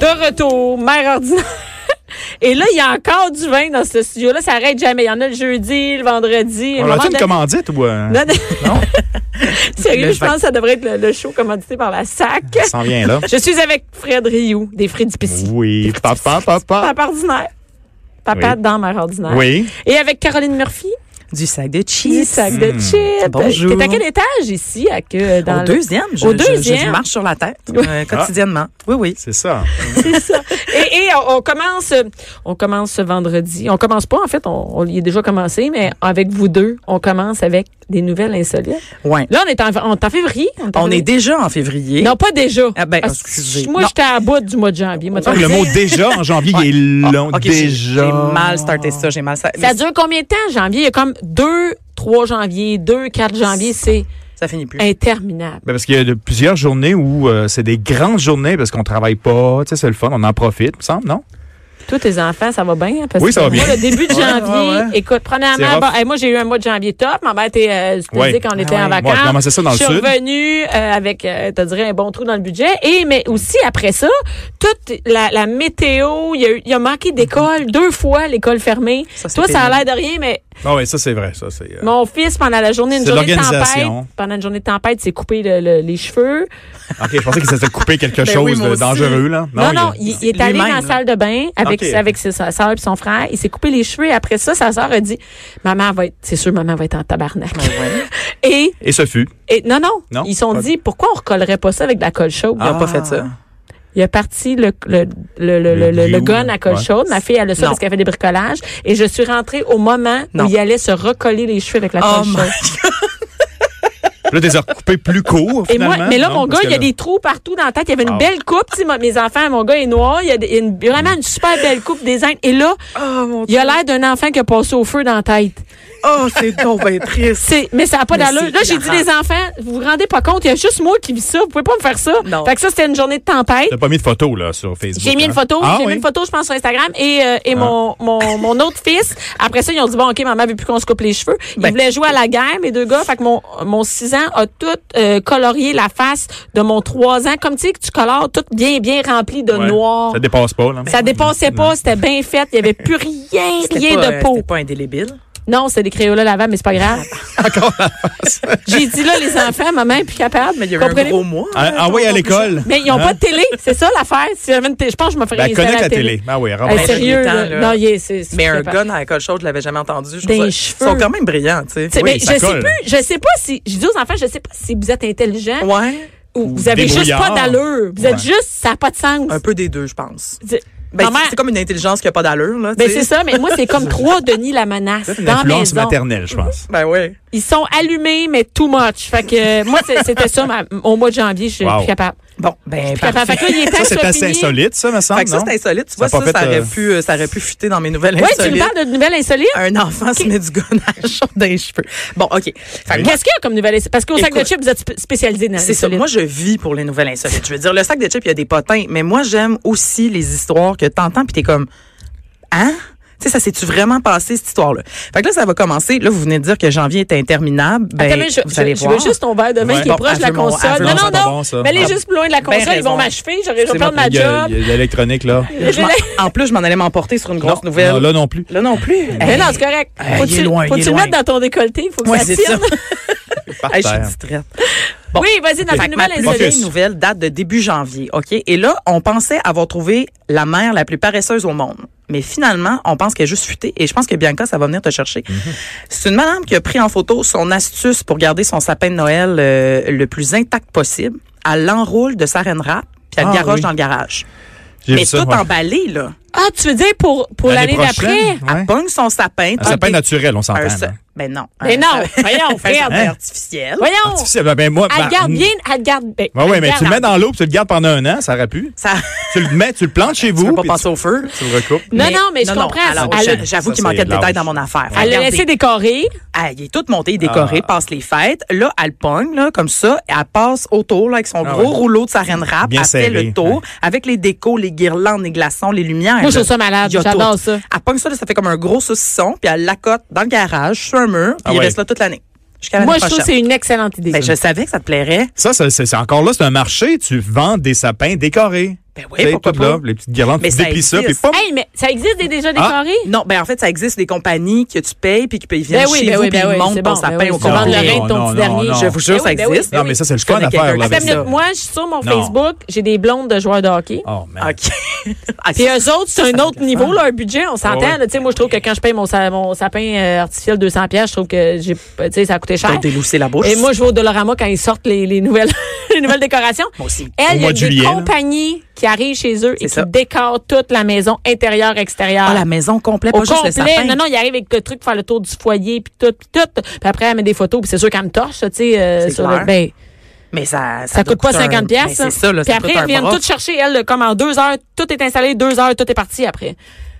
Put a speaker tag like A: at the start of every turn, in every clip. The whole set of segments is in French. A: De retour, mère ordinaire. Et là, il y a encore du vin dans ce studio-là. Ça arrête jamais. Il y en a le jeudi, le vendredi. À un
B: On l'a-tu
A: moment
B: une
A: donné-
B: commandite ou... euh,
A: Non, non.
B: Non?
A: Sérieux,
C: Le
A: je pense que ça devrait être le, le show commandité par la SAC.
B: Ça s'en vient là.
A: Je suis avec Fred Rioux, des frites d'épicier.
B: Oui, papa, papa.
A: Papa ordinaire. Papa
B: Oui.
A: dans mère ordinaire.
B: Oui.
A: Et avec Caroline Murphy,
C: Du sac de
A: du
C: cheese.
A: sac
B: Hmm.
A: de chips.
C: Bonjour.
A: T'es à quel étage ici? À que, dans
C: Au
A: le-
C: deuxième, je,
A: Au
C: je- je
A: deuxième. Ah.
C: marche sur la tête euh, quotidiennement. Oui, oui.
B: C'est ça.
A: Et, et on, on commence, euh, on commence ce vendredi. On commence pas en fait, on, on y est déjà commencé, mais avec vous deux, on commence avec des nouvelles insolites.
C: Ouais.
A: Là, on est en, on est en février. en
C: On est
A: février.
C: déjà en février.
A: Non, pas déjà.
C: Ah, ben,
A: Ah,
C: excusez.
A: Moi,
C: Non.
A: j'étais à bout du mois de janvier. moi,
B: Il me semble que Le mot déjà en janvier, il est
C: Ah,
B: long.
C: ok, j'ai-
B: déjà.
C: J'ai mal starté ça, j'ai mal starté.
A: Ça
C: Ça,
A: dure combien de temps, janvier? Il y a comme 2, 3 janvier, 2, 4 janvier. C'est
C: ça finit plus.
A: interminable.
B: Ben, parce qu'il y a de- plusieurs journées où euh, c'est des grandes journées parce qu'on travaille pas. Tu sais, c'est le fun, on en profite, il me semble, non?
A: Tous tes enfants, ça va bien? hein, parce
B: Oui,
A: que
B: ça va
A: moi,
B: bien.
A: le début de
B: Ouais,
A: janvier,
B: ouais, ouais.
A: écoute,
B: C'est
A: premièrement,
B: rough.
A: bon, hey, moi, j'ai eu un mois de janvier top. Ma mère était, euh, je te
B: Ouais.
A: disais qu'on était
C: Ah
A: en
B: Moi,
C: ouais.
B: je
A: vacances.
B: commençais ça dans le
A: je suis
B: sud.
A: revenue euh, avec, euh, t'as dirais, un bon trou dans le budget. Et mais aussi après ça, toute la, la météo, il y a, eu- il y a manqué d'école deux fois, l'école fermée.
C: Mm-hmm. Ça, c'est
A: Toi, ça a l'air
C: pénible.
A: de rien, mais
B: Ah oui, ça c'est vrai. Ça, c'est, euh,
A: mon fils pendant la journée, une
B: C'est
A: journée de tempête,
B: l'organisation.
A: pendant une journée de tempête, s'est coupé le- le- les cheveux.
B: OK, je pensais qu'il s'était coupé quelque
C: Ben
B: chose
C: oui, moi
B: de
C: aussi.
B: dangereux, là.
A: Non, non,
B: il-
A: il, il est allé dans
C: lui-même,
A: la
C: là.
A: salle de bain avec,
B: Ok.
A: avec ses- sa soeur et son frère. Il s'est coupé les cheveux et après ça, sa soeur a dit Maman va être, c'est sûr, maman va être en tabarnak. et,
B: Et ce fut.
A: et non, non,
B: Non,
A: ils se sont
B: pas-
A: dit Pourquoi on recollerait pas ça avec de la colle chaude
C: Ils n'ont
B: Ah.
C: pas fait ça.
A: Il a parti le, le, le, le, le,
B: Le
A: le- le
B: glue,
A: gun à colle
B: ouais.
A: chaude. Ma fille, elle a ça
C: Non.
A: parce qu'elle fait des bricolages. Et je suis rentrée au moment
C: Non.
A: où il allait se recoller les cheveux avec la colle
C: Oh my
A: chaude.
B: Là, des heures coupées plus court,
A: Et moi,
B: finalement.
A: mais là,
B: Non,
A: mon
B: parce
A: gars,
B: que
A: il y a
B: là-
A: des trous partout dans la tête. Il y avait une
B: Wow.
A: belle coupe. Tu sais, moi, mes enfants, mon gars est noir. Il y a des- une- vraiment une super belle coupe des Indes. Et là,
C: Oh mon
A: il a l'air d'un enfant qui a passé au feu dans la tête.
C: Oh, c'est donc bien triste.
A: C'est, mais ça n'a pas
C: Mais
A: d'allure.
C: c'est
A: Là, j'ai dit,
C: hilarant.
A: les enfants, vous vous rendez pas compte, il y a juste moi qui vis ça. Vous pouvez pas me faire ça.
C: Non.
A: Fait que ça, c'était une journée de tempête.
B: T'as pas mis de photo, là, sur Facebook.
A: J'ai mis
B: hein?
A: une photo, j'ai
B: Ah, oui. Ah.
A: mis une photo, je pense, sur Instagram. Et, euh, et mon, mon, mon autre fils, après ça, ils ont dit, bon, OK, maman veut plus qu'on se coupe les cheveux. Ils
C: Ben.
A: voulaient jouer à la guerre, mes deux gars. Fait que mon, mon 6 ans a tout euh, colorié la face de mon 3 ans. Comme tu sais que tu colores tout bien, bien rempli de
B: Ouais.
A: noir.
B: Ça dépasse pas, là.
A: Ça dépassait pas, c'était bien fait, il n'y avait plus rien,
C: C'était
A: rien
C: pas, euh,
A: de peau.
C: C'était pas indélébile.
A: Non, c'est des créolas lavables, mais c'est pas grave. J'ai dit là, les enfants, maman est plus capable.
C: Mais il y a eu un
A: Comprenez-
C: gros mois.
B: Ah,
C: hein,
B: Envoyé à
C: donc, donc,
B: l'école.
A: Mais ils n'ont
B: Hein?
A: pas de télé, c'est ça l'affaire. Si j'avais une télé, je pense que je me ferais
B: Ben,
A: installer
B: connecte
A: la
B: la
A: télé.
B: télé. Ah oui,
A: Hey,
B: ramasse.
C: Ben,
A: sérieux,
C: il est temps,
A: là.
C: là.
A: Non, il est- c'est c'est-
C: Mais
A: je
C: un
A: sais pas.
C: gun à la colle chaude, je l'avais jamais entendu. Je
A: Des
C: trouve ça-
A: cheveux.
C: Ils sont quand même brillants, tu sais.
A: Tu sais,
B: Oui,
A: mais
B: ça
A: je sais
B: colle.
A: plus, je sais pas si, je dis aux enfants, je sais pas si vous êtes intelligent
C: Ouais.
A: ou vous avez juste
B: débrouillard.
A: pas d'allure. Vous êtes
B: Ouais.
A: juste, ça n'a pas de sens.
C: Un peu des deux, je pense.
A: C'est-
C: Ben,
A: Ma mère-
C: c'est- c'est comme une intelligence qui a pas d'allure, là. tu
A: ben,
C: sais.
A: c'est ça, mais moi, c'est comme trois Denis la menace
B: C'est une
A: dans la maison.
B: influence maternelle, je pense.
C: Ben, ouais.
A: Ils sont allumés, mais too much. Fait que, euh, moi, c'est- c'était ça, ma- au mois de janvier, je suis
B: Wow.
A: plus capable.
C: Bon, ben,
A: Plus capable. Fait que là, il est temps
B: Ça,
A: que
B: c'est
A: soit
B: assez
A: fini.
B: insolite, ça, me semble.
C: Fait que ça,
B: Ah, non?
C: c'est insolite. Tu
B: Ça
C: vois,
B: a
C: ça,
B: pas fait,
C: ça aurait
B: euh,
C: pu, euh, ça aurait pu fuiter dans mes nouvelles
A: Oui, tu me
C: insolites.
A: parles de nouvelles insolites?
C: Un enfant se met du gun à la chaude dans les cheveux. Bon, OK. Fait que moi,
A: Qu'est-ce qu'il y a comme nouvelle insolite? Parce qu'au sac de
C: Écoute.
A: chips, vous êtes spé- spécialisé dans
C: c'est ça.
A: l'insolite.
C: Moi, je vis pour les nouvelles insolites. Je veux dire, le sac de chips, il y a des potins, mais moi, j'aime aussi les histoires que t'entends puis t'es comme, hein? Tu sais, ça s'est-tu vraiment passé, cette histoire-là? Fait que là, ça va commencer. Là, vous venez de dire que janvier est interminable. Ben,
A: Attends, mais je,
C: vous
A: je-
C: allez
A: je
C: voir.
A: veux juste ton verre de vin
B: Ouais.
A: qui est
B: Bon,
A: proche de la
C: elle veut mon-
A: console.
C: elle veut
A: Non, non,
C: mon-
B: c'est pas
A: non.
B: bon, ça.
A: Mais elle est
C: Ah.
A: juste plus loin de la
C: Ben
A: console. ils vont
C: raison.
A: m'achever. J'aurais
C: C'est
A: perdu
C: ma-
A: ma
B: Il y a
A: job.
B: il y a de l'électronique, là.
C: Je m'en- en plus, je m'en allais m'emporter sur une grosse
B: Non,
C: nouvelle.
B: non, là non plus.
C: Là non plus.
A: Mais non, c'est correct.
C: Hey,
A: Faut-tu
C: il est loin, il
A: faut-tu
C: est
A: le
C: loin.
A: mettre dans ton décolleté? Faut que
C: Ouais,
A: ça
C: c'est
A: tienne.
C: ça.
B: Par
C: Hey, je suis
B: terre.
C: distraite. Bon.
A: Oui, vas-y, dans ta
C: Fait que ma
A: nouvelle
C: plus
A: insolite.
C: vieille nouvelle date de début janvier, OK? Et là, on pensait avoir trouvé la mère la plus paresseuse au monde. Mais finalement, on pense qu'elle est juste futée. Et je pense que Bianca, ça va venir te chercher.
B: Mm-hmm.
C: C'est une madame qui a pris en photo son astuce pour garder son sapin de Noël euh, le plus intact possible. Elle l'enroule de saran wrap, puis elle
B: Ah,
C: le garoche
B: oui.
C: dans le garage.
B: J'ai
C: Mais
B: vu ça,
C: tout
B: ouais.
C: emballé, là.
A: Ah, tu veux dire pour, pour l'année d'après?
B: prochaine,
C: Elle
B: ouais. Ah,
C: pogne son sapin.
B: Un sapin
C: Ok.
B: naturel, hein. on
C: Un
B: s'entend.
C: sa-
B: là. Ah,
C: Ben non.
A: Mais
C: Un-
A: non, voyons,
C: un sapin
A: Fred.
C: artificiel.
A: Voyons!
B: Artificiel, ben, ben, moi,
A: Elle
B: ben,
A: garde bien, elle garde bien.
B: Ouais, ouais, mais tu le mets
A: Garde.
B: dans l'eau puis tu le gardes pendant un an, ça aurait pu.
C: Ça,
B: Tu le mets, tu le plantes chez
C: tu
B: vous.
C: peux pas
B: puis
C: passer
B: tu,
C: au feu.
B: tu le recoupes.
A: Non, non, mais je comprends.
C: Alors,
A: Elle-
C: j'a- j'avoue
B: ça,
C: qu'il manquait
B: c'est
C: de
B: lâche.
C: détails dans mon affaire.
A: Elle l'a
C: Regardez.
A: laissé décorer.
C: Ah, il est tout monté, il est décoré, passe les fêtes. Là, elle pogne, là, comme ça, elle passe autour là, avec son
B: Ah
C: gros
B: ouais.
C: rouleau de saran wrap.
B: Bien
C: elle fait
B: serré,
C: le tour avec les décos, les guirlandes, les glaçons, les lumières.
A: Moi, je
C: là.
A: trouve ça malade.
C: Il y a
A: J'adore
C: tout.
A: ça.
C: Elle pogne ça, là, ça fait comme un gros saucisson, puis elle l'accote dans le garage, sur un mur, puis
B: Ah
C: il
B: ouais.
C: reste là toute l'année. Jusqu'à l'année
A: Moi, je trouve
C: prochaine.
A: que c'est une excellente idée.
C: Ben, je savais que ça te plairait.
B: Ça, ça, c'est c'est encore là, c'est un marché. Tu vends des sapins décorés.
C: Ben oui,
B: Tu sais,
C: pourquoi
B: tout là,
C: pas?
B: les petites guirlandes,
C: Mais
B: tu
C: ça
B: déplies ça, puis
C: existe.
B: pom,
A: Hey, mais ça existe des déjà
B: Ah.
A: décorés?
C: Non, ben en fait, ça existe des compagnies que tu payes puis qui
A: Ben
C: peuvent venir chez vous puis ils montent ton sapin au
A: Tu vends le
B: complet.
A: rein de ton
B: Non,
A: petit
B: non,
A: dernier.
B: non.
C: Je vous jure,
A: Ben
C: ça
A: oui, ben oui,
C: existe.
A: ben
B: Non,
A: oui.
B: mais ça, c'est le
C: Je
B: fun
C: connais
B: à faire.
C: quelqu'un
B: Là,
C: qui
A: Attends
B: avec
A: une
C: fait
B: ça.
A: minute. Moi, je suis sur mon
B: Non.
A: Facebook, j'ai des blondes de joueurs de hockey.
B: Oh, man.
C: OK. Ah,
A: Puis
C: ça,
A: eux autres, c'est un
C: ça
A: autre niveau, leur budget, on s'entend.
B: Ah ouais.
A: là. Tu sais, Moi, je trouve que quand je paye mon, sa- mon sapin euh, artificiel 200 pièces, je trouve que j'ai, tu sais, ça a coûté cher.
C: T'as déloussé la bouche.
A: Et moi, je vais au Dolorama quand ils sortent les, les nouvelles, les nouvelles décorations.
C: Moi aussi.
A: Elle,
B: Au
A: il y
B: mois
A: a
B: de
A: des
B: juillet, là.
A: compagnies qui arrivent chez eux et qui
C: C'est ça.
A: décorent toute la maison intérieure, extérieure.
C: Ah, la maison complète,
A: au
C: pas juste le
A: complet.
C: sapin.
A: Non, non, il arrive avec le truc pour faire le tour du foyer, puis tout, puis tout. Puis après, elle met des photos, puis c'est sûr qu'elle me torche, tu sais. euh,
C: C'est
A: sur
C: clair.
A: le- ben,
C: Mais ça,
A: ça,
C: doit
A: coûte pas
C: coûter un-
A: 50
C: Ben,
A: pièces.
C: C'est ça, là.
A: Puis
C: ça
A: après,
C: coûte un
A: ils viennent
C: bras.
A: tout chercher, elle, comme en deux heures, tout est installé, deux heures, tout est parti après.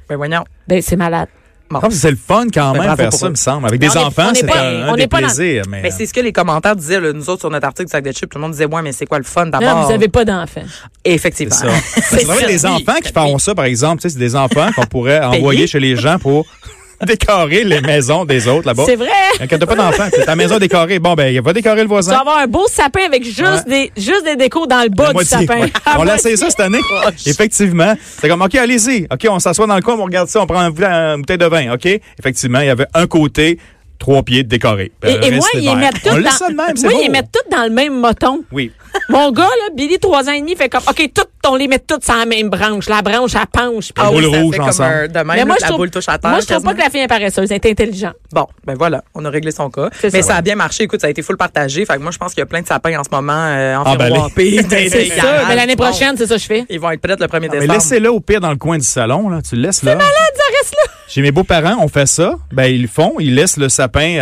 C: Ben, voyons.
A: Ben, c'est malade.
B: Comme si Ah, c'est le fun quand
C: Ben,
B: même
C: bravo
B: faire
C: pour
B: ça,
C: eux.
B: me semble. Avec des
A: On est- on
B: enfants,
A: est
B: c'est
A: pas-
B: un,
A: on
B: un
A: est
B: des
A: pas dans- Ben,
B: plaisirs. Mais,
C: Mais c'est ce que les commentaires disaient, là. Nous autres, sur notre article du sac de chips, tout le monde disait, ouais, mais c'est quoi le fun
A: Là,
C: d'abord?
A: vous avez pas d'enfants.
C: Effectivement.
B: C'est ça. C'est
C: ça,
B: vraiment des
C: oui.
B: enfants qui font ça, par exemple. Tu sais, C'est des enfants qu'on pourrait envoyer chez les gens pour décorer les maisons des autres là-bas. Hein,
A: C'est vrai. hein?
B: Quand t'as pas d'enfants, c'est ta maison décorée. Bon, ben, va décorer le
A: Tu vas
B: voisin.
A: avoir un beau sapin avec juste, des, juste des décos dans le bas
B: La
A: du
B: moitié,
A: sapin.
B: ouais.
A: Ah,
B: On
A: moi,
B: l'a essayé ça cette année. Effectivement. C'est comme, OK, allez-y. OK, on s'assoit dans le coin, on regarde ça, on prend un vou- une bouteille de vin. OK? Effectivement, il y avait un côté, trois pieds décorés. Puis
A: Et,
B: le
A: et
B: reste,
A: moi,
B: c'est
A: ils
B: vert.
A: mettent tout
B: On
A: dans,
B: laisse ça de même, c'est
A: moi,
B: beau.
A: ils mettent tout dans le même moton.
B: Oui.
A: Mon gars, là, Billy, trois ans et demi, fait comme, OK, tout, on les met toutes sur la même branche. La branche, elle penche. puis-
B: Ah oui. Boule
C: ça fait
B: rouge
C: comme
B: ensemble.
C: un- de même,
A: Mais
C: là,
A: moi,
C: la
A: je trouve,
C: boule touche à terre.
A: moi, je trouve
C: quasiment.
A: pas que la fille est paresseuse, elle est intelligente.
C: Bon, ben voilà, on a réglé son cas.
A: C'est
C: Mais
A: ça,
C: ça, a bien marché. Écoute, ça a été full partagé. Fait que moi, je pense qu'il y a plein de sapins en ce moment euh,
B: Emballés.
C: enfermés.
B: C'est
A: Ça,
C: Ah,
A: mais l'année prochaine, c'est ça que je fais.
C: Ils vont être prêts le 1er
B: Ah, Mais
C: décembre.
B: laissez-le au pire dans le coin du salon, là. Tu le laisses là.
A: Ah, ça reste là.
B: Chez mes beaux-parents, on fait ça. Ben, ils le font. Ils laissent le sapin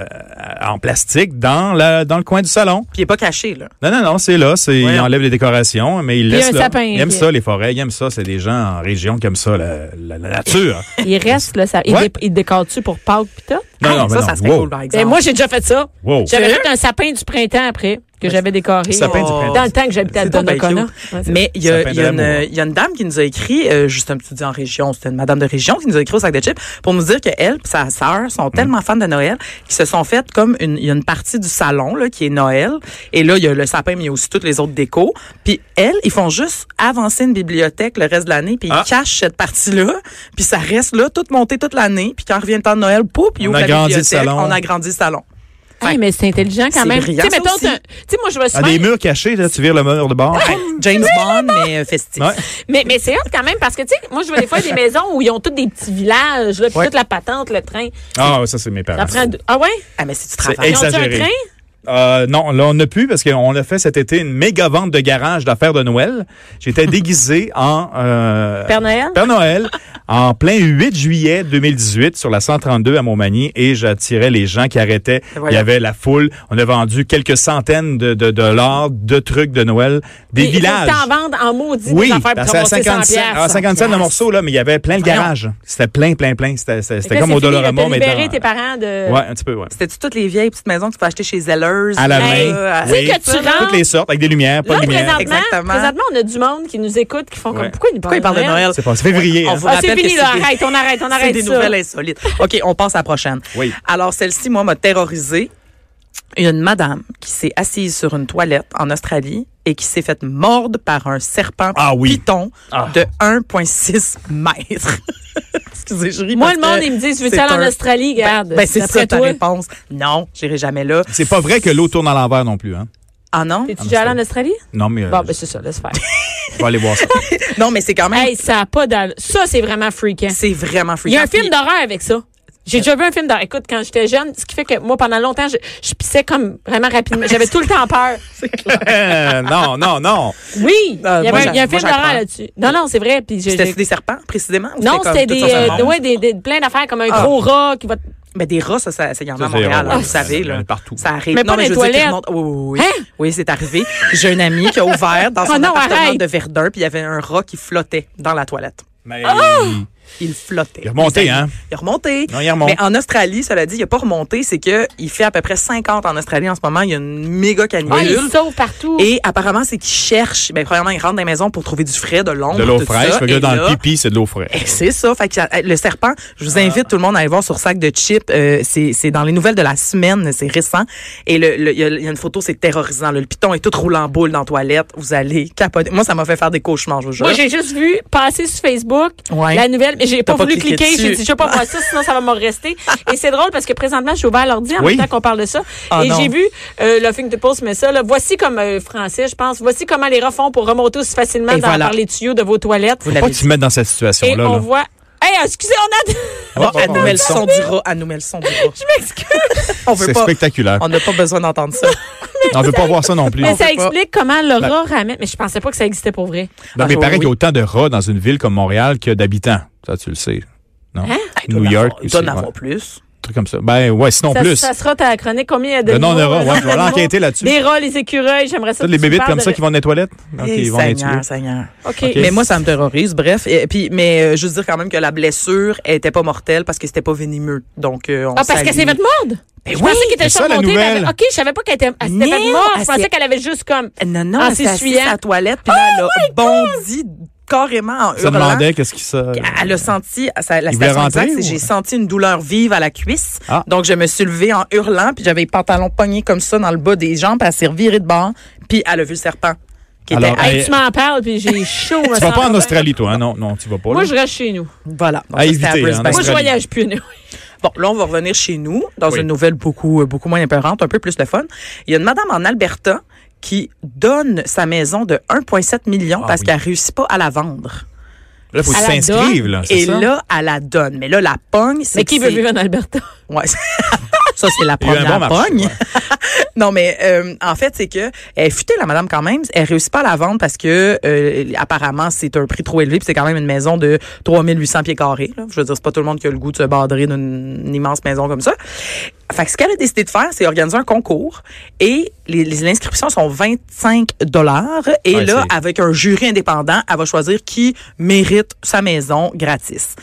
B: euh, en, plastique dans, la, dans le coin du salon.
C: Puis il est pas caché, là.
B: Non, non, non, c'est là. C'est, ils
C: Ouais.
B: enlèvent les décorations, mais ils
A: Puis
B: laissent
A: un
B: là.
A: sapin,
B: Ils aiment
A: puis-
B: ça, les forêts. Ils aiment ça. C'est des gens en région qui aiment ça, la, la- la nature.
A: Il reste le sapin. Il,
B: Ouais.
A: dé- il décore-tu pour Pâques pis tout?
B: non,
C: Ah,
B: non, mais
C: ça,
B: non.
C: ça serait
B: Wow.
C: cool, par exemple.
A: Ben, moi, j'ai déjà fait ça.
B: Wow.
A: J'avais
C: Sérieux?
A: fait un sapin du printemps après, que j'avais décoré.
B: Sapin du
A: Oh.
B: printemps.
A: Dans le temps que j'habitais à
C: C'est donc bien
A: Donnacona.
C: cute.
A: Ouais, c'est-
C: Mais il y, a-
B: Sapin de
C: il y a une-
B: l'amour. hein.
C: il y a une dame qui nous a écrit, euh, juste un petit dit en région, c'était une madame de région qui nous a écrit au sac de chips pour nous dire que elle et sa sœur sont
B: Mm.
C: tellement fans de Noël qu'ils se sont faites comme une, il y a une partie du salon là, qui est Noël. Et là, il y a le sapin, mais il y a aussi toutes les autres décos. Puis elles, ils font juste avancer une bibliothèque le reste de l'année, puis
B: Ah.
C: ils cachent cette partie-là, puis ça reste là, toute montée toute l'année. Puis quand revient le temps de Noël, pouf, ils
B: On
C: ouvrent la
B: agrandit le
C: bibliothèque,
B: salon.
C: on agrandit le salon.
A: Hey, mais c'est intelligent quand
C: C'est
A: même.
C: brillant,
A: Tu sais,
C: ça
A: mettons,
C: aussi.
A: t'as- tu sais, moi, je vais
B: Ah,
A: souvent.
B: des murs cachés, là, tu vires le mur de bord.
C: Hey, James Bond, mais euh, festif.
B: Ouais.
A: Mais, mais c'est hot quand même parce que, tu sais, moi, je vois des fois des maisons où ils ont tous des petits villages, là, puis
B: Ouais.
A: toute la patente, le train.
B: Ah, ouais, ça, c'est mes parents.
A: Ça prend deux- Ah ouais?
C: Ah, mais si tu travailles.
A: Ils ont un
B: Exagéré.
A: train?
B: Euh, non, là, on n'a pu parce qu'on a fait cet été une méga vente de garage d'affaires de Noël. J'étais déguisé en... euh,
A: Père Noël?
B: Père Noël, en plein 8 juillet 2018, sur la 132 à Montmagny, et j'attirais les gens qui arrêtaient.
C: Et voilà.
B: Il y avait la foule. On a vendu quelques centaines de, de, de dollars de trucs de Noël, des
A: Ils- ils
B: villages.
A: t'en vendent en maudit des
B: Oui,
A: affaires pour
B: parce que à
A: ramasser 100
B: 50 cents,
A: piastres.
B: à 50 cents le morceau, là, mais il y avait plein le
C: Voyons.
B: garage. C'était plein, plein, plein. C'était c'était-
A: Fait
B: c'était
A: que là,
B: comme
A: c'est
B: au
A: fini, là,
B: Dolorama,
A: t'as
B: mais
A: libéré
B: dans-
A: tes parents de.
B: Ouais, un petit peu, ouais.
C: C'était-tu toutes les vieilles petites maisons que tu peux acheter chez Zelleuse?
B: À la main.
A: Hey,
C: Euh,
A: tu sais
B: oui.
A: que tu rentres-
B: Toutes les sortes, avec des lumières, pas
A: Là,
B: de lumière.
A: présentement,
C: Exactement.
A: présentement, on a du monde qui nous écoute, qui font comme
B: Ouais.
A: pourquoi ils nous
C: Pourquoi il parle de Noël?
B: C'est pas- c'est février.
C: On
B: hein.
C: vous
A: Ah, c'est
C: rappelle
A: fini,
C: que
A: là.
C: c'est des-
A: Arrête, on arrête, on
C: C'est
A: arrête
C: des
A: ça.
C: nouvelles insolites. OK, on passe à la prochaine.
B: Oui.
C: Alors, celle-ci, moi, m'a terrorisée. Il y a une madame qui s'est assise sur une toilette en Australie et qui s'est faite mordre par un serpent
B: Ah oui.
C: python
B: Ah.
C: de 1,6 mètres. Excusez, je ris.
A: Moi,
C: parce
A: le monde,
C: que
A: ils me disent, veux-tu
C: c'est
A: aller en
C: un-
A: Australie? Garde.
C: Ben, c'est
A: D'après
C: ça ta
A: toi,
C: réponse. Non, j'irai jamais là.
B: C'est pas vrai que l'eau tourne à l'envers non plus, hein?
C: Ah non?
A: T'es-tu déjà allé en Australie?
B: Non, mais euh,
A: Bon, ben, c'est ça, laisse faire.
B: je vais aller voir ça.
C: Non, mais c'est quand même...
A: hey, ça a pas d'allure. Ça, c'est vraiment freakant.
C: C'est Euh. vraiment
A: Il y
C: freaking.
A: a un film d'horreur avec ça. J'ai déjà vu un film d'horreur. Écoute, quand j'étais jeune, ce qui fait que moi, pendant longtemps, je, je pissais comme vraiment rapidement. J'avais tout le temps peur.
B: non, non, non.
A: Oui! Il y,
C: Euh,
A: avait
C: moi,
A: un- il y a un
C: j'en- moi,
A: film
C: j'en
A: d'horreur
C: prends.
A: là-dessus. Non, non, c'est vrai. Puis je-
C: C'était
A: j'ai-
C: des serpents, précisément? ou
A: non,
C: comme
A: c'était
C: tout
A: des,
C: ça, ça
A: euh,
C: monte?
A: ouais, des, des- plein d'affaires comme un
C: Ah.
A: gros rat qui va. te-
C: Mais des rats, ça, ça, ça, il y en a
B: Ça,
C: à
B: c'est-
C: Montréal, hein,
B: ouais,
C: vous savez,
B: ça,
C: là.
B: partout.
C: Ça arrive.
A: Mais
C: Non,
A: pas
C: mais
A: dans les
C: je veux dire qu'ils
A: toilettes.
C: remontent- Oui, oui, oui.
A: Hein?
C: Oui, c'est arrivé. J'ai un ami qui a ouvert dans son
A: Oh non,
C: appartement
A: arrête.
C: de Verdun, puis il y avait un rat qui flottait dans la toilette.
B: Mais
C: Il flottait.
B: Il est remonté,
C: Les amis.
B: hein?
C: Il est remonté.
B: Non, il remonte.
C: Mais en Australie, cela dit, il n'a pas remonté. C'est que il fait à peu près 50 en Australie en ce moment. Il y a une méga
A: Ah, il
C: canicule.
A: sauve partout.
C: et apparemment, c'est qu'ils cherchent. Ben, premièrement, ils rentrent dans les maisons pour trouver du frais, de l'ombre.
B: de l'eau
C: tout
B: fraîche.
C: ça.
B: Fait que là,
C: Et
B: dans
C: là,
B: le pipi, c'est de l'eau fraîche.
C: eh, C'est ça. Fait que ça- eh, le serpent, je vous invite tout le monde à aller voir sur sac de chips. Euh, c'est c'est dans les nouvelles de la semaine, c'est récent. Et le- le- il y, a- il y a une photo, c'est terrorisant. là. Le piton est tout roulé en boule dans la toilette. Vous allez capoter. Moi, ça m'a fait faire des cauchemars, je vous jure.
A: Moi, j'ai juste vu passer sur Facebook
C: Ouais.
A: la nouvelle, mais j'ai
C: T'as
A: pas,
C: pas
A: voulu
C: cliqué
A: cliquer. J'ai
C: dessus.
A: dit, je vais pas voir ça, sinon ça va me rester. Et c'est drôle parce que présentement, j'ai ouvert l'ordi en
B: Oui.
A: même temps qu'on parle de ça.
C: Ah
A: et
C: non.
A: j'ai vu euh, Huffington Post met ça. Là, voici comme euh, français, je pense. Voici comment les refont pour remonter aussi facilement
C: Et
A: dans,
C: voilà.
A: par les tuyaux de vos toilettes.
C: Vous
B: Faut
C: l'avez
B: pas que tu te
C: dit.
B: mettes dans cette
A: Et
B: situation-là.
A: on
B: là. Ah,
A: voit. Hey, excusez, on a.
B: Ouais,
C: À
B: ouais,
C: Ah, nous
B: ouais.
C: met le son du rat. À nous met le son du rat.
A: je m'excuse.
C: On veut
B: C'est
C: pas.
B: spectaculaire.
C: On n'a pas besoin d'entendre ça.
B: On veut pas voir ça non plus.
A: Mais ça
C: peut pas.
A: explique comment le rat ramène. Mais je pensais pas que ça existait pour vrai.
B: Non, mais
C: Ah,
B: il paraît
C: oui.
B: qu'il y a autant de rats dans une ville comme Montréal que d'habitants. Ça, tu le sais. Non?
C: Il doit
B: New
C: en
B: York.
C: avoir- Il doit en
B: aussi,
C: avoir
B: ouais.
C: plus.
B: Un truc comme ça. Ben ouais, sinon
A: Ça,
B: plus.
A: ça sera ta chronique. Combien il y a de.
B: Le nom de
A: nouveaux,
B: rat,
A: euh,
B: ouais, je vais
A: animaux?
B: l'enquêter là-dessus.
A: Des rats, les écureuils, j'aimerais ça.
B: Toutes
A: que
B: les
A: tu
B: bébés
A: parles
B: comme
A: de-
B: ça qui vont dans les toilettes? OK,
C: Eh,
B: ils vont dans les
C: Seigneur,
B: tuyaux.
C: Seigneur.
A: OK.
C: Mais moi, ça me terrorise, bref. Et, puis, mais euh, je veux dire quand même que la blessure elle était pas mortelle parce que c'était pas venimeux. Donc, euh, on
A: Ah, parce
C: salue.
A: qu'elle s'est faite mordre?
C: Ben
A: je
C: oui,
A: pensais qu'elle était
B: c'est ça, la
A: surmontée.
B: nouvelle. ah,
A: d'avec- OK, je savais pas qu'elle était, elle s'était
C: Non,
A: faite mordre. Je
C: elle
A: pensais
C: s'est-
A: qu'elle avait juste comme.
C: Non, non,
A: En
C: elle s'est assise
A: s'essuyant.
C: à la toilette, puis là, elle a bondi carrément en
B: Ça
C: hurlant.
B: demandait qu'est-ce qui ça.
C: Elle a senti, ça- la
B: Il voulait
C: station exacte,
B: rentrer
C: c'est
B: ou-
C: j'ai senti une douleur vive à la cuisse.
B: Ah.
C: Donc, je me suis levée en hurlant, puis j'avais les pantalons pognés comme ça dans le bas des jambes, puis elle s'est revirée de bord, puis elle a vu le serpent qui
B: Alors,
C: était...
A: Hey,
B: elle-
A: tu m'en parles, puis j'ai chaud.
B: Ben, Tu vas pas en Australie, toi, hein? Non, non, tu vas pas là.
A: Moi, je reste chez nous.
C: Voilà. Donc,
B: À
C: ça, c'était
B: éviter, hein, en
C: Brisbane.
A: Moi, je
B: Australie.
A: voyage plus. nous.
C: Bon, là, on va revenir chez nous dans
B: Oui.
C: une nouvelle beaucoup, euh, beaucoup moins épeurante, un peu plus le fun. Il y a une madame en Alberta qui donne sa maison de 1,7 million
B: Ah
C: parce
B: oui.
C: qu'elle réussit pas à la vendre.
B: Là, faut que tu
A: À la
B: t'inscrives,
A: donne,
B: là. c'est
C: Et
B: ça?
C: là, elle la donne. Mais là, la pogne, c'est
A: Mais
C: que
A: qui veut
C: c'est-
A: vivre en Alberta?
C: Ouais. Ça, c'est la
B: Il y a eu un
C: première
B: bon marché,
C: pogne.
B: ouais.
C: Non, mais euh, en fait, c'est que elle est futée, la madame, quand même. Elle réussit pas à la vendre parce que euh, apparemment, c'est un prix trop élevé. Puis c'est quand même une maison de 3800 pieds carrés. là. Je veux dire, c'est pas tout le monde qui a le goût de se badrer d'une une immense maison comme ça. Fait que ce qu'elle a décidé de faire, c'est organiser un concours et les, les inscriptions sont 25 dollars et
B: Ouais,
C: là
B: c'est-
C: avec un jury indépendant, elle va choisir qui mérite sa maison gratis.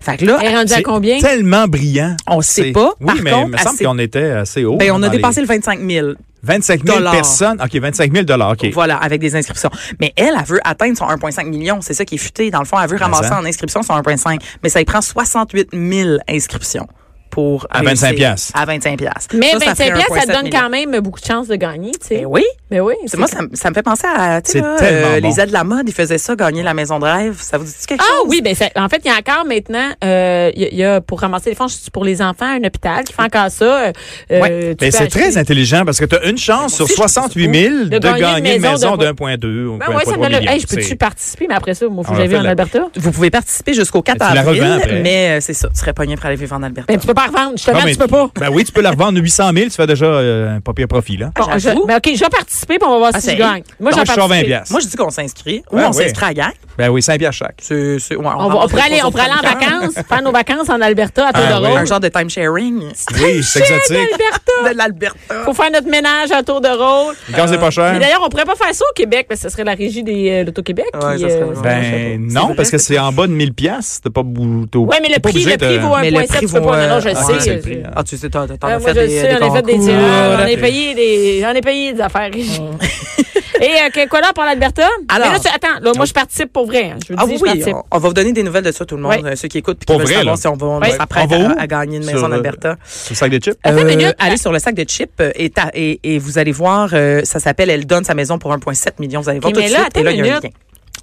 C: Fait que là,
A: Elle est rendue à
B: C'est
A: combien?
B: tellement brillant.
C: on sait
B: C'est-
C: pas.
B: Oui,
C: Par
B: mais
C: contre,
B: il me
C: elle
B: semble
C: sait-
B: qu'on était assez haut.
C: ben, on
B: dans
C: a
B: les
C: dépassé le 25 000.
B: 25 000
C: dollars.
B: personnes. OK, 25 000 OK.
C: Voilà, avec des inscriptions. Mais elle, elle veut atteindre son 1,5 million. C'est ça qui est futé. Dans le fond, elle veut ramasser
B: ça.
C: en inscription son 1,5. Mais ça y prend 68 000 inscriptions pour
B: À
C: réussir.
B: 25 piastres.
C: À 25 piastres.
A: Mais
C: Ça, ça
A: 25
C: fait
A: piastres, ça te
C: 1,7
A: donne
C: million.
A: quand même beaucoup de chances de gagner, tu sais.
C: Ben oui.
A: Mais oui.
C: C'est- Moi, ça, me- ça me fait penser à tu sais,
B: C'est
C: là,
B: tellement
C: euh,
B: bon.
C: les aides de la mode, ils faisaient ça, gagner la maison de rêve. Ça vous dit quelque
A: Ah
C: chose?
A: oui, ben ça- en fait, il y a encore maintenant, euh, il y a- il y, a pour ramasser les fonds c'est pour les enfants, un hôpital qui fait encore ça. euh, euh, tu
B: Ben,
A: peux
B: c'est
A: acheter-
B: très intelligent parce que tu as une chance sur
C: aussi, je
B: 68 000 de gagner une maison d'un point deux ou
A: Ben
B: d'un
A: ouais,
B: point
A: ça
B: trois
A: me donne le-
B: millions,
A: Hey, je peux-tu
B: c'est-
A: participer, mais après ça, moi, faut que
B: On va
A: j'aille vivre
B: faire
A: en
B: la-
A: Alberta.
C: Vous pouvez participer jusqu'au 4
B: Mais tu la revends
C: avril,
B: après.
C: mais euh, c'est ça, tu serais pogné pour aller vivre en Alberta.
A: Ben, tu peux pas revendre. Je te
B: Non,
A: demande,
B: mais-
A: tu peux pas.
B: Ben oui, tu peux la revendre 800 000, tu fais déjà euh, un pas pire profit, là.
A: Bon, je-
C: j'avoue.
A: mais OK, je vais participer, puis on va voir
C: Ah,
A: si je
C: c'est-
A: gagne. Moi,
B: Donc,
A: je vais
B: je sors 20
A: participer.
B: piastres.
C: Moi, je dis qu'on s'inscrit. Ou
B: Ben
C: on
B: oui.
C: s'inscrit à Gag.
B: Ben oui, 5 piastres chaque.
C: C'est- c'est- ouais,
A: On, va- on
C: ramasse
A: pourrait
C: les
A: aller, on
C: trois
A: pourrait aller en
C: autres
A: vacances, faire nos vacances en Alberta, à
B: Ah,
A: tour de
B: oui.
A: rôle.
C: Un genre de time-sharing.
B: Oui, c'est exotique.
A: Alberta.
C: de l'Alberta.
A: Faut faire notre ménage à tour de rôle.
B: Le gaz n'est pas
A: Mais
B: cher.
A: d'ailleurs, on pourrait pas faire ça au Québec, parce que ce serait la régie des, euh, l'Auto-Québec.
C: Ouais,
A: qui,
C: ça serait
A: euh,
C: vraiment-
B: Ben
C: C'est
B: non,
C: vrai,
B: parce que
C: c'est
B: c'est en bas de 1000 piastres. T'es pas bou- t'es-
A: Ouais, mais le
B: t'es pas
A: prix,
B: obligé
A: le prix
B: de-
A: vaut un- 1,7, tu peux pas. Non, non, je
B: sais,
A: sais.
B: le prix, hein.
C: Ah, tu sais, t'en t'en
A: Ah,
C: as
A: moi,
C: fait
A: je le
C: des,
A: sais,
C: des
A: on a fait des
B: euh.
C: concours. euh,
A: tirages, on a
B: des-
A: payé des, on a payé des affaires. Régie. Et euh, que- quoi là pour l'Alberta?
C: Alors-
A: Mais là, tu- attends, là, moi, je participe pour vrai. hein. Je veux
C: Ah
A: dire,
C: oui,
A: je
C: oui,
A: participe.
C: on, on va vous donner des nouvelles de ça, tout le monde,
A: Ouais.
C: euh, ceux qui écoutent puis qui
B: Pour
C: veulent
B: vrai,
C: savoir
B: là.
C: si on va on
A: Ouais.
C: s'apprête
B: On va où?
C: à, à gagner une maison
B: Sur,
C: en
B: euh,
C: Alberta.
B: Sur le sac de chips.
A: Attends une minute.
C: allez sur le sac de chips euh, et, ta- et, et vous allez voir, euh, ça s'appelle Elle donne sa maison pour 1,7 million. Vous allez voir
A: Ok,
C: tout de
A: mais là,
C: suite. Et là, il y a un
A: attends une
C: lien.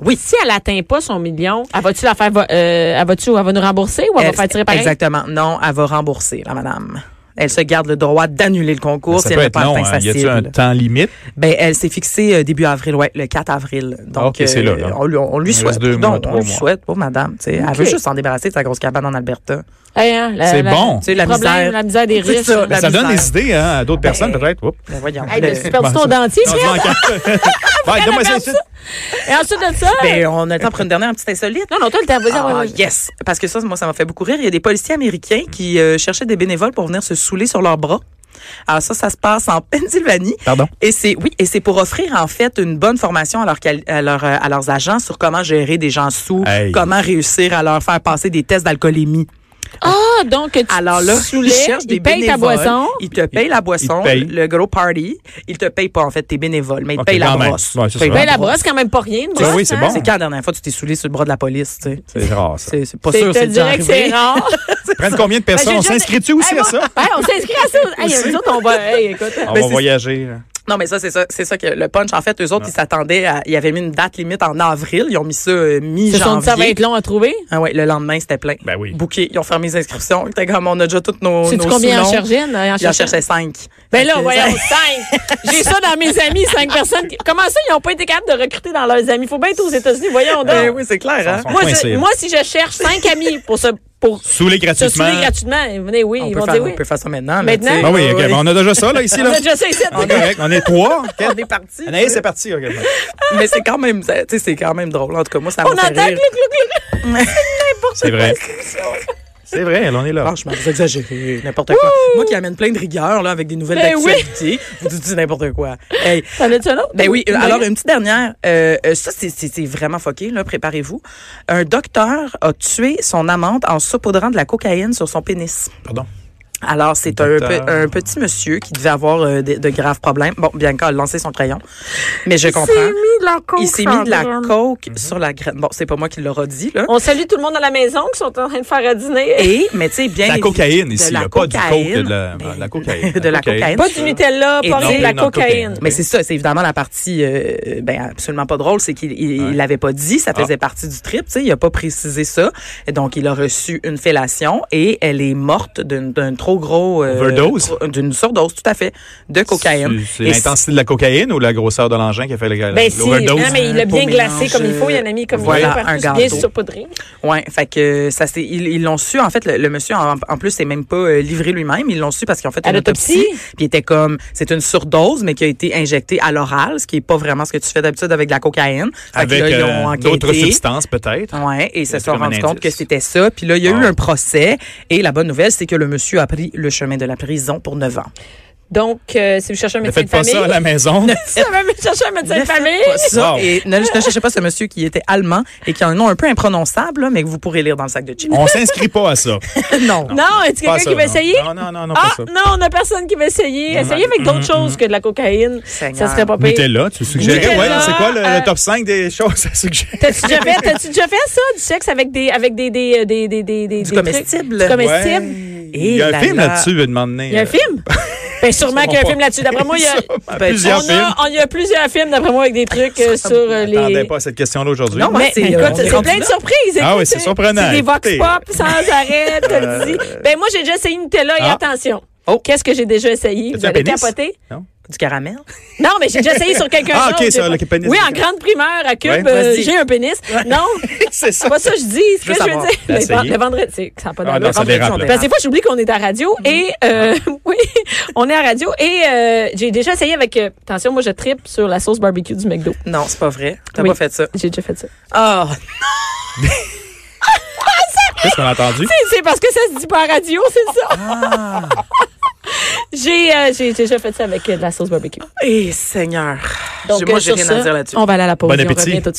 A: Oui, si elle atteint pas son million, elle va-tu la faire, va- euh, elle va-tu, elle va nous rembourser ou elle va
C: Elle-
A: faire tirer pareil?
C: Exactement. Non, elle va rembourser, la madame. Elle se garde le droit d'annuler le concours
B: Ça peut
C: si elle n'a
B: être
C: pas
B: long.
C: atteint
B: hein.
C: sa
B: Y a-tu un
C: cible.
B: temps limite?
C: Ben, elle s'est fixée euh, début avril, ouais, le 4 avril. Donc, euh,
B: ok, c'est là, là.
C: on lui, on lui
B: Il reste
C: souhaite.
B: deux mois,
C: Donc,
B: trois
C: on lui
B: mois.
C: souhaite, pour madame. tu sais. Elle
A: Ok.
C: veut juste s'en débarrasser de sa grosse cabane en Alberta.
A: Hey, hein, la-
B: C'est
A: la-
B: bon.
C: Tu sais, la
A: problème,
C: misère.
A: la misère des
C: C'est
A: riches.
C: ça,
A: là.
C: la
B: ça donne des
C: misère.
B: idées hein, à d'autres personnes,
C: Ben,
B: peut-être. Oups.
C: Ben, voyons.
A: Hey,
C: Le-
A: là, tu perds
B: Bon,
A: ton
B: ça-
A: dentier.
B: Rendu en quatre- Ouais, donne-moi ça ici.
A: Et ensuite de ça.
C: Ben, on a le temps pour une dernière, un petit insolite.
A: non, non, toi, le temps, vas-y, ouais,
C: Ah,
A: ouais.
C: yes! Parce que ça, moi, ça m'a fait beaucoup rire. Il y a des policiers américains qui euh, cherchaient des bénévoles pour venir se saouler sur leurs bras. Alors ça, ça se passe en Pennsylvanie.
B: Pardon?
C: Et c'est oui, et c'est pour offrir en fait une bonne formation à, leur quali- à, leur, euh, à leurs agents sur comment gérer des gens sous,
B: Hey.
C: comment réussir à leur faire passer des tests d'alcoolémie.
A: Ah, donc, tu
C: Alors là,
A: te soulais,
C: ils cherchent des
A: ils payent ta
C: bénévoles.
A: boisson.
C: Ils te payent la boisson,
B: payent.
C: le gros party. Ils te payent pas en fait tes bénévoles, mais ils te
B: Ok,
C: payent la
B: quand même.
C: brosse.
B: Ouais, c'est
C: Ils payent
B: ça.
A: Ben, la brosse, quand même pas rien. une
B: Ah
A: brosse,
B: oui, c'est
A: hein.
B: bon.
C: C'est quand la dernière fois tu t'es saoulé sur le bras de la police, tu sais?
B: C'est rare, ça.
C: C'est c'est pas
A: C'est-
C: sûr,
A: Je te
C: c'est déjà
A: dirais que c'est
C: arrivé.
A: rare.
B: Prennent combien de personnes?
A: Ben,
B: On
A: j'ai déjà-
B: s'inscrit-tu aussi
A: Hey,
B: à
A: moi-
B: ça?
A: Hey, on s'inscrit à ça. Hey, nous autres, on va. Hey, écoute.
B: On va
C: Ben, c'est-
B: voyager. là.
C: Non, mais ça, c'est ça, c'est ça que le punch. En fait, eux autres, ils s'attendaient à, ils avaient mis une date limite en avril. Ils ont mis ça euh,
A: Ils se sont dit, ça va
C: mi-janvier.
A: être long à trouver.
C: Ah ouais, le lendemain, c'était plein.
B: Ben oui.
C: Bouquet. Ils ont fermé les inscriptions. Ils étaient comme, on a déjà toutes nos,
A: Sais-tu
C: nos
A: combien en
C: sous-noms.
A: cherchaient? en
C: Ils en
A: cherchaient?
C: cherchaient cinq.
A: Ben là,
C: Fait que-
A: voyons, cinq. J'ai ça dans mes amis, cinq personnes. qui- Comment ça, ils n'ont pas été capables de recruter dans leurs amis? Faut bien être aux États-Unis, voyons donc.
C: Ben oui, c'est clair, hein?
B: Ils sont
A: moi, je-
B: coincés, là.
A: moi, si je cherche cinq amis pour se, pour
B: Saouler
A: se saouler
B: gratuitement.
A: gratuitement, ils venez, oui,
C: On
A: ils
C: peut,
A: vont
C: faire,
A: dire
C: on
A: oui.
C: peut faire ça
A: Maintenant?
C: maintenant. mais tu sais,
B: Ah oui,
C: ouais,
B: ok,
C: ouais.
B: ben, on a déjà ça, là, ici,
A: On
B: là.
A: a déjà ça ici.
B: On est correct. On est trois.
C: On est parti.
B: Anaïs, c'est parti. ok.
C: Mais c'est quand même, ça- tu sais, c'est quand même drôle. En tout cas, moi, ça m'a
A: On entend
C: fait
A: clou,
C: rire.
A: clou, clou.
B: C'est vrai. C'est vrai, là, on est là.
C: Franchement, vous exagérez n'importe quoi. Moi qui amène plein de rigueur là, avec des nouvelles
A: Ben oui.
C: d'actualité, vous dites n'importe quoi. Hey,
A: T'en as-tu un autre?
C: Ben oui,
A: Une
C: alors
A: blague?
C: une petite dernière. Euh, euh, ça, c'est- c'est c'est vraiment foqué, là, préparez-vous. Un docteur a tué son amante en saupoudrant de la cocaïne sur son pénis.
B: Pardon.
C: Alors, c'est un,
B: Docteur.
C: pe- un petit monsieur qui devait avoir euh, de, de graves problèmes. Bon, Bianca a lancé son crayon, mais je comprends.
A: mis de la coke.
C: Il s'est mis de la
A: Sandrine.
C: coke sur la graine. Bon, c'est pas moi qui l'aura dit, là.
A: On salue tout le monde à la maison qui sont en train de faire à dîner.
C: Et, mais tu sais, bien...
B: La
C: évi-
B: cocaïne
C: de
B: ici,
C: la
B: là, pas du
C: cocaïne.
B: coke, de la,
C: Ben,
B: la cocaïne.
C: de la cocaïne.
A: Pas du Nutella,
C: Et
A: pas rien,
C: non,
A: de la
B: non,
A: cocaïne.
B: cocaïne.
C: Mais c'est ça, c'est évidemment la partie euh, ben absolument pas drôle, c'est qu'il il, il l'avait pas dit,
B: Ah.
C: ça faisait partie du trip, tu sais, il a pas précisé ça. Et donc il a reçu une fellation et elle est morte d'une- d'un trop gros euh,
B: Overdose?
C: trop- d'une surdose tout à fait de cocaïne.
B: C'est
C: Et
B: l'intensité de la cocaïne ou la grosseur de l'engin qui a fait le-
A: Ben si,
B: l'overdose?
A: non, mais il l'a
C: Beau
A: bien glacé
C: mélange,
A: comme il faut, il en a mis comme
C: voilà,
A: il faut,
C: un
A: partout, c'est bien
C: gâteau.
A: saupoudré.
C: c'est- ouais, fait que ça c'est ils ils l'ont su en fait le, le monsieur en, en plus c'est même pas euh, livré lui-même, ils l'ont su parce qu'en fait
A: À
C: une
A: l'autopsie?
C: autopsie, puis il était comme c'est une surdose mais qui a été injectée à l'oral, ce qui est pas vraiment ce que tu fais d'habitude avec de la cocaïne. Fait que
B: Avec
C: là, ils
B: euh,
C: ont
B: d'autres
C: enquêté.
B: substances, peut-être.
C: Ouais, et ils se
B: C'est
C: sont
B: comme un
C: rendus compte que
B: indice.
C: c'était ça. Puis là, il y a eu
B: Ah.
C: un procès. Et la bonne nouvelle, c'est que le monsieur a pris le chemin de la prison pour 9 ans.
A: Donc, euh, si vous cherchez un
B: Ne
A: médecin de
B: faites pas
A: famille,
B: ça à la maison.
A: si vous même chercher un médecin de famille,
C: Pas ça.
B: Wow.
C: Et ne, ne cherchez pas ce monsieur qui était allemand et qui a un nom un peu imprononçable, là, mais que vous pourrez lire dans le sac de chips.
B: On s'inscrit pas à ça.
C: non.
A: non, est-ce
B: Pas
A: quelqu'un
B: à ça,
A: qui va
B: non.
A: essayer?
B: Non, non, non, non, pas
A: Ah,
B: ça.
A: non, on n'a personne qui va essayer. Essayez avec d'autres choses que de la cocaïne.
C: Seigneur.
A: Ça serait pas pire.
B: Nutella, tu suggérais.
A: Nutella,
B: Ouais, c'est quoi le,
A: euh,
B: le top 5 des choses à suggérer?
A: T'as-tu déjà fait, t'as-tu déjà fait ça, du sexe avec des, avec des, des, euh, des, des, des, des
C: Du
A: des trucs?
C: comestible.
A: Du
B: Ouais.
A: comestible.
B: Il y a
C: Et
B: un
C: là
B: film
C: là.
B: là-dessus, euh, une moment donné.
A: Il y a un film? Ben, sûrement qu'il y a un film là-dessus. D'après moi, il y a,
C: Ben,
A: on
B: Plusieurs films.
A: a, on- il y a plusieurs films, d'après moi, avec des trucs euh, sur euh,
B: Je m'attendais
A: les,
B: pas à cette question-là aujourd'hui.
C: Non,
A: Mais
C: Ouais, c'est,
A: écoute,
C: euh, on est
A: c'est
C: rendu
A: plein de
C: là.
A: surprises.
B: Ah
A: écoute,
B: oui, c'est
A: hein.
B: surprenant.
A: C'est des vox
B: Écoutez. Euh,
A: pop sans arrêt, te le dis. Ben moi, j'ai déjà essayé Nutella et
B: Ah.
A: attention.
C: Oh.
A: Qu'est-ce que j'ai déjà essayé?
B: T'as-tu
A: Vous
B: un
A: allez
B: pénis?
A: capoter?
B: Non?
C: Du caramel.
A: Non, mais j'ai déjà essayé sur quelqu'un
B: Ah,
A: d'autre.
B: ok, ça,
A: j'ai
B: le
A: pas-
B: pénis.
A: Oui, en grande primaire à Cube,
B: Ouais.
A: euh,
C: Vas-y.
A: j'ai un pénis. Non,
B: C'est ça.
A: c'est pas ça que je dis. Ce que je veux
C: veux savoir.
A: dire, le,
B: L'essayer.
A: le vendredi, c'est- ça n'a pas
B: Ah,
A: d'allure.
B: non, ça dérape, là.
A: Parce Ben, que des fois, j'oublie qu'on est à radio
B: Mm-hmm.
A: et euh,
B: Ah.
A: oui, on est à radio et euh, j'ai déjà essayé avec. euh, attention, moi, je tripe sur la sauce barbecue du McDo.
C: Non, c'est pas vrai. T'as
A: Oui.
C: pas fait ça.
A: J'ai déjà fait ça.
C: Ah,
B: Qu'est-ce qu'on a entendu?
A: C'est parce que ça se dit pas à radio, c'est ça.
B: Ah.
A: j'ai, euh, j'ai déjà fait ça avec euh, de la sauce barbecue.
B: Ah,
C: et Eh, Seigneur. J'ai-
A: euh,
C: moi, j'ai
A: sur
C: rien
A: ça,
C: à dire là-dessus.
A: On va aller à la pause.
B: Bon
A: et on
B: appétit.
A: revient tout de suite.